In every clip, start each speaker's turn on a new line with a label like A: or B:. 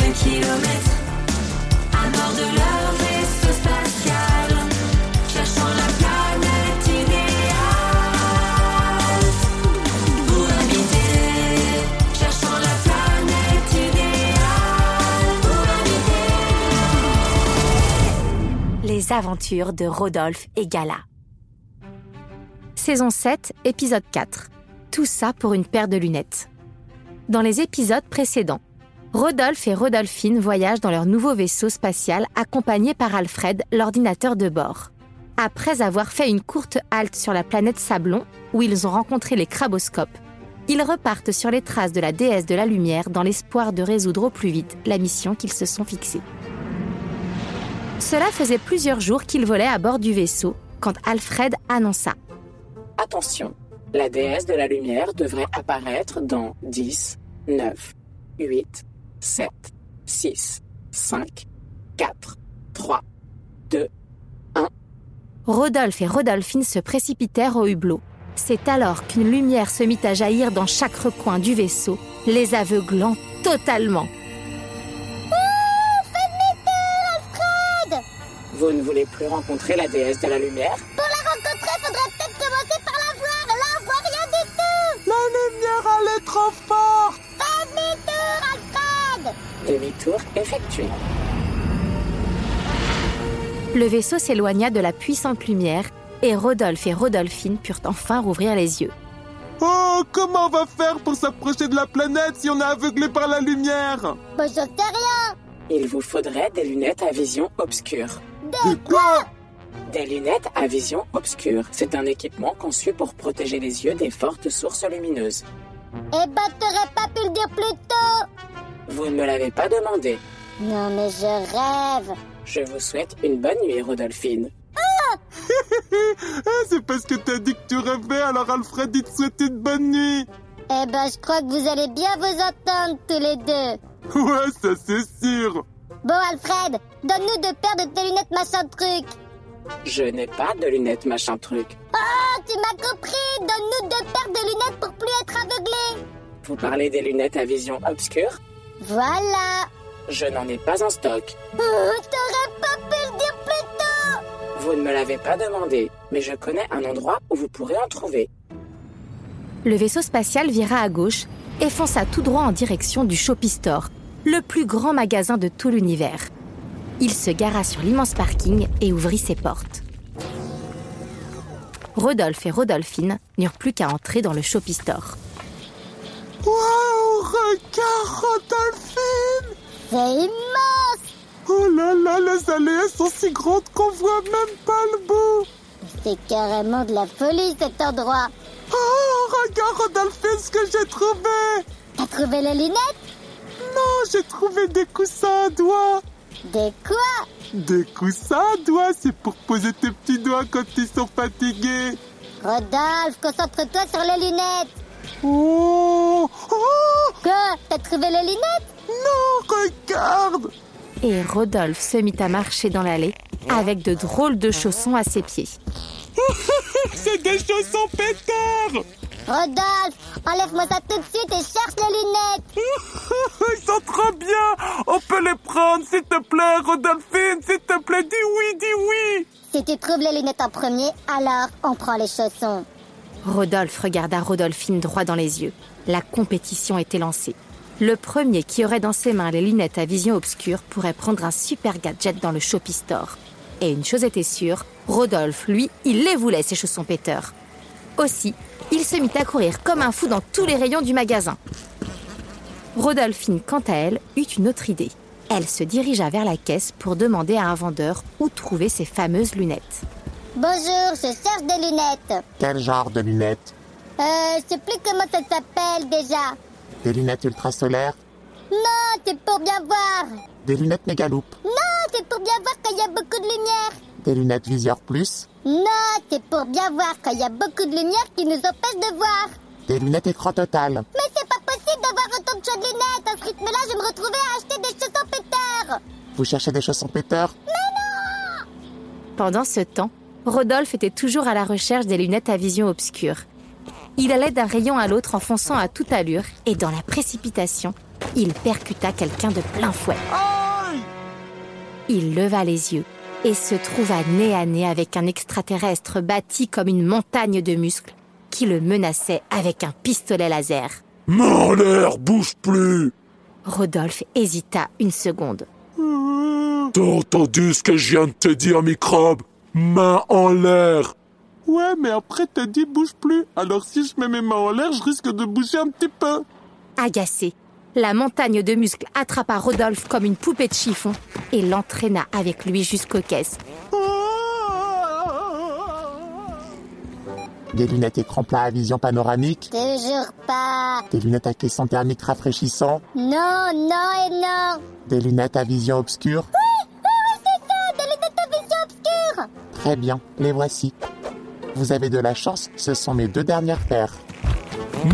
A: de kilomètres, à bord de leur vaisseau spatial, cherchant la planète idéale. Pour habiter, cherchant la planète idéale, pour habiter.
B: Les aventures de Rodolphe et Gala. Saison 7, épisode 4. Tout ça pour une paire de lunettes. Dans les épisodes précédents, Rodolphe et Rodolphine voyagent dans leur nouveau vaisseau spatial accompagnés par Alfred, l'ordinateur de bord. Après avoir fait une courte halte sur la planète Sablon, où ils ont rencontré les craboscopes, ils repartent sur les traces de la déesse de la lumière dans l'espoir de résoudre au plus vite la mission qu'ils se sont fixée. Cela faisait plusieurs jours qu'ils volaient à bord du vaisseau quand Alfred annonça
C: Attention, la déesse de la lumière devrait apparaître dans 10, 9, 8, 7, 6, 5, 4, 3, 2.
B: Rodolphe et Rodolphine se précipitèrent au hublot. C'est alors qu'une lumière se mit à jaillir dans chaque recoin du vaisseau, les aveuglant totalement.
C: Vous ne voulez plus rencontrer la déesse de la lumière Demi-tour effectué.
B: Le vaisseau s'éloigna de la puissante lumière et Rodolphe et Rodolphine purent enfin rouvrir les yeux.
D: Oh, comment on va faire pour s'approcher de la planète si on est aveuglé par la lumière
E: Bah, j'en sais rien.
C: Il vous faudrait des lunettes à vision obscure.
D: De quoi
C: Des lunettes à vision obscure, c'est un équipement conçu pour protéger les yeux des fortes sources lumineuses.
E: Eh bah, t'aurais pas pu le dire plus tôt.
C: Vous ne me l'avez pas demandé.
E: Non, mais je rêve.
C: Je vous souhaite une bonne nuit, Rodolphine.
D: Ah, C'est parce que t'as dit que tu rêvais, alors Alfred, il te souhaitait une bonne nuit
E: Eh bah, je crois que vous allez bien vous entendre tous les deux.
D: Ouais, ça c'est sûr
E: Bon, Alfred, donne-nous deux paires de tes lunettes machin truc.
C: Je n'ai pas de lunettes machin truc.
E: Oh, tu m'as compris. Donne-nous deux paires de lunettes pour plus être aveuglés.
C: Vous parlez des lunettes à vision obscure
E: Voilà.
C: Je n'en ai pas en stock.
E: Oh, t'aurais pas pu le dire plus tôt.
C: Vous ne me l'avez pas demandé, mais je connais un endroit où vous pourrez en trouver.
B: Le vaisseau spatial vira à gauche et fonça tout droit en direction du Shopistore, le plus grand magasin de tout l'univers. Il se gara sur l'immense parking et ouvrit ses portes. Rodolphe et Rodolphine n'eurent plus qu'à entrer dans le Shopistore.
D: Waouh, regarde, Rodolphine
E: C'est immense.
D: Oh là là, les allées sont si grandes qu'on voit même pas le bout
E: C'est carrément de la folie cet endroit.
D: Oh, regarde, Rodolphine, ce que j'ai trouvé
E: T'as trouvé les lunettes
D: Non, j'ai trouvé des coussins à doigts
E: De quoi
D: Des coussins à doigts, c'est pour poser tes petits doigts quand ils sont fatigués
E: Rodolphe, concentre-toi sur les lunettes.
D: Oh Oh
E: Quoi T'as trouvé les lunettes
D: Non, regarde
B: Et Rodolphe se mit à marcher dans l'allée avec de drôles de chaussons à ses pieds.
D: C'est des chaussons pétards
E: Rodolphe, enlève-moi ça tout de suite et cherche les lunettes.
D: Ils sont trop bien On peut les prendre, s'il te plaît, Rodolphine, s'il te plaît, dis oui, dis oui
E: Si tu trouves les lunettes en premier, alors on prend les chaussons.
B: Rodolphe regarda Rodolphine droit dans les yeux. La compétition était lancée. Le premier qui aurait dans ses mains les lunettes à vision obscure pourrait prendre un super gadget dans le Shopistore. Et une chose était sûre, Rodolphe, lui, il les voulait, ces chaussons péteurs. Aussi, il se mit à courir comme un fou dans tous les rayons du magasin. Rodolphine, quant à elle, eut une autre idée. Elle se dirigea vers la caisse pour demander à un vendeur où trouver ces fameuses lunettes.
E: Bonjour, je cherche des lunettes.
F: Quel genre de lunettes
E: Euh, je sais plus comment ça s'appelle déjà.
F: Des lunettes ultrasolaires
E: Non, c'est pour bien voir.
F: Des lunettes mégaloupe
E: Non, c'est pour bien voir quand il y a beaucoup de lumière.
F: Des lunettes viseur plus
E: Non, c'est pour bien voir quand il y a beaucoup de lumière qui nous empêche de voir.
F: Des lunettes écran total
E: Mais c'est pas possible d'avoir autant de choix de lunettes. À ce rythme-là, je vais me retrouvais à acheter des chaussons pétards.
F: Vous cherchez des chaussons péteurs
B: Pendant ce temps, Rodolphe était toujours à la recherche des lunettes à vision obscure. Il allait d'un rayon à l'autre en fonçant à toute allure et dans la précipitation, il percuta quelqu'un de plein fouet. Il leva les yeux et se trouva nez à nez avec un extraterrestre bâti comme une montagne de muscles qui le menaçait avec un pistolet laser.
D: Mort l'air, bouge plus
B: Rodolphe hésita une seconde.
D: T'as entendu ce que je viens de te dire, microbe Main en l'air Ouais, mais après t'as dit bouge plus. Alors si je mets mes mains en l'air, je risque de bouger un petit peu.
B: Agacé, la montagne de muscles attrapa Rodolphe comme une poupée de chiffon et l'entraîna avec lui jusqu'aux caisses.
F: Des lunettes écran plat à vision panoramique
E: Toujours pas.
F: Des lunettes à caisson thermique rafraîchissant
E: Non, non et non.
F: Des lunettes à vision obscure
E: Ah, des lunettes à vision obscure.
F: Très bien, les voici. Vous avez de la chance, ce sont mes deux dernières paires.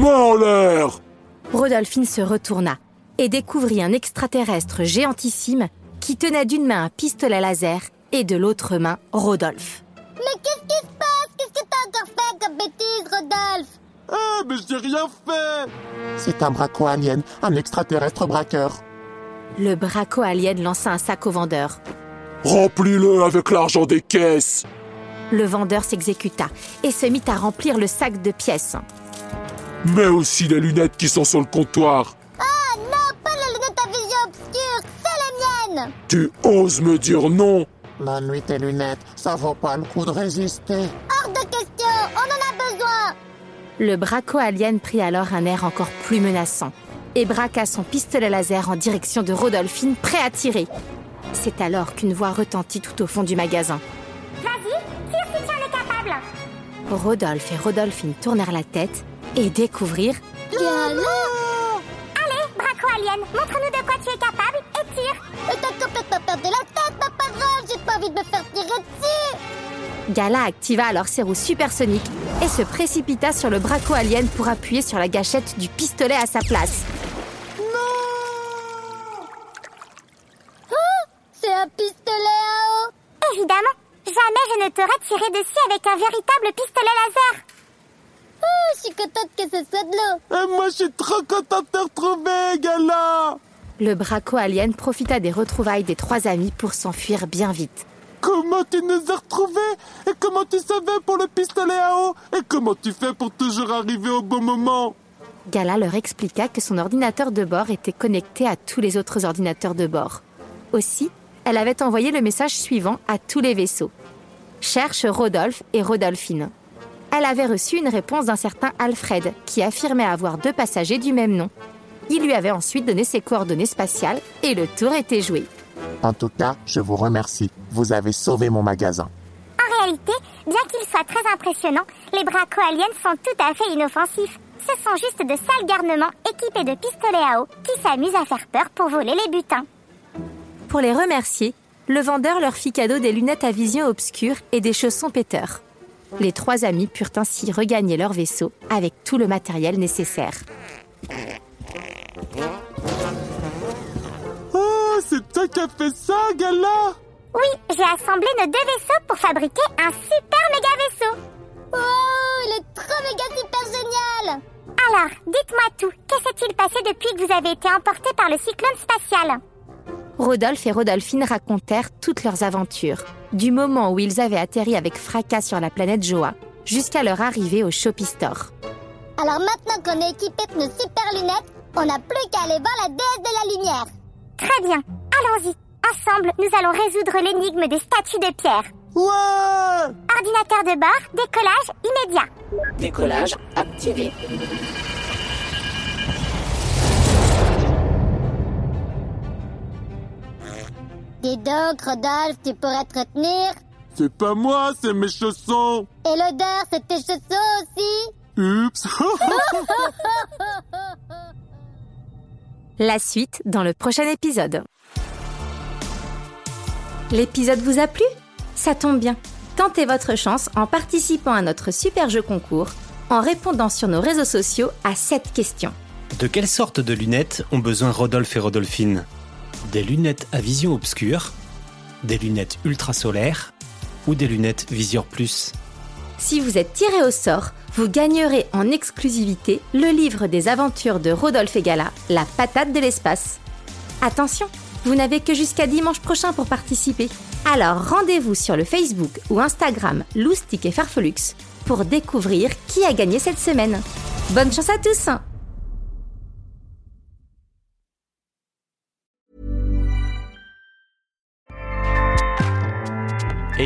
D: Main en l'air
B: Rodolphine se retourna et découvrit un extraterrestre géantissime qui tenait d'une main un pistolet laser et de l'autre main Rodolphe.
E: Mais qu'est-ce qui se passe Qu'est-ce que t'as encore fait comme bêtise, Rodolphe
D: Ah, mais j'ai rien fait
F: C'est un braco alien, un extraterrestre braqueur.
B: Le braco alien lança un sac au vendeur.
D: Remplis-le avec l'argent des caisses
B: Le vendeur s'exécuta et se mit à remplir le sac de pièces.
D: Mais aussi les lunettes qui sont sur le comptoir.
E: Ah non, pas les lunettes à vision obscure, c'est les miennes
D: Tu oses me dire non
F: La nuit et lunettes, ça vaut pas le coup de résister.
E: Hors de question, on en a besoin
B: Le braco alien prit alors un air encore plus menaçant et braqua son pistolet laser en direction de Rodolphine, prêt à tirer. C'est alors qu'une voix retentit tout au fond du magasin.
E: Vas-y, tire si tu en es capable
B: Rodolphe et Rodolphine tournèrent la tête et découvrirent
E: Allez, braco alien, montre-nous de quoi tu es capable et tire Mais t'as complètement perdu la tête, ma parole J'ai pas envie de me faire tirer dessus
B: Gala activa alors ses roues supersoniques et se précipita sur le braco alien pour appuyer sur la gâchette du pistolet à sa place.
E: Oh, C'est un pistolet à eau Évidemment Jamais je ne t'aurais tiré dessus avec un véritable pistolet laser Oh, je suis contente que ce soit de l'eau
D: Et moi, je suis trop content de te retrouver, Gala
B: Le braco alien profita des retrouvailles des trois amis pour s'enfuir bien vite.
D: Comment tu nous as retrouvés Et comment tu savais pour le pistolet à eau Et comment tu fais pour toujours arriver au bon moment
B: Gala leur expliqua que son ordinateur de bord était connecté à tous les autres ordinateurs de bord. Aussi, elle avait envoyé le message suivant à tous les vaisseaux. Cherche Rodolphe et Rodolphine. Elle avait reçu une réponse d'un certain Alfred, qui affirmait avoir deux passagers du même nom. Il lui avait ensuite donné ses coordonnées spatiales et le tour était joué.
F: En tout cas, je vous remercie. Vous avez sauvé mon magasin.
G: En réalité, bien qu'ils soient très impressionnants, les braco aliens sont tout à fait inoffensifs. Ce sont juste de sales garnements équipés de pistolets à eau qui s'amusent à faire peur pour voler les butins.
B: Pour les remercier, le vendeur leur fit cadeau des lunettes à vision obscure et des chaussons péteurs. Les trois amis purent ainsi regagner leur vaisseau avec tout le matériel nécessaire.
D: Oh, c'est toi qui as fait ça, Gala
G: Oui, j'ai assemblé nos deux vaisseaux pour fabriquer un super méga vaisseau.
E: Wow, Oh, il est trop méga super génial
G: Alors, dites-moi tout. Que s'est-il passé depuis que vous avez été emporté par le cyclone spatial
B: Rodolphe et Rodolphine racontèrent toutes leurs aventures, du moment où ils avaient atterri avec fracas sur la planète Joa jusqu'à leur arrivée au Shopping Store.
E: Alors maintenant qu'on est équipé de nos super lunettes, on n'a plus qu'à aller voir la déesse de la lumière.
G: Très bien, allons-y. Ensemble, nous allons résoudre l'énigme des statues de pierre.
D: Ouais
G: Ordinateur de bord, décollage immédiat.
C: Décollage activé.
E: Dis donc, Rodolphe, tu pourrais te retenir.
D: C'est pas moi, c'est mes chaussons.
E: Et l'odeur, c'est tes chaussons aussi.
D: Oups.
B: La suite dans le prochain épisode. L'épisode vous a plu Ça tombe bien. Tentez votre chance en participant à notre super jeu concours en répondant sur nos réseaux sociaux à cette question.
H: De quelle sorte de lunettes ont besoin Rodolphe et Rodolphine Des lunettes à vision obscure, des lunettes ultrasolaires ou des lunettes Viseur Plus
B: Si vous êtes tiré au sort, vous gagnerez en exclusivité le livre des aventures de Rodolphe et Gala, La patate de l'espace. Attention, vous n'avez que jusqu'à dimanche prochain pour participer. Alors rendez-vous sur le Facebook ou Instagram Loustic et Farfelux pour découvrir qui a gagné cette semaine. Bonne chance à tous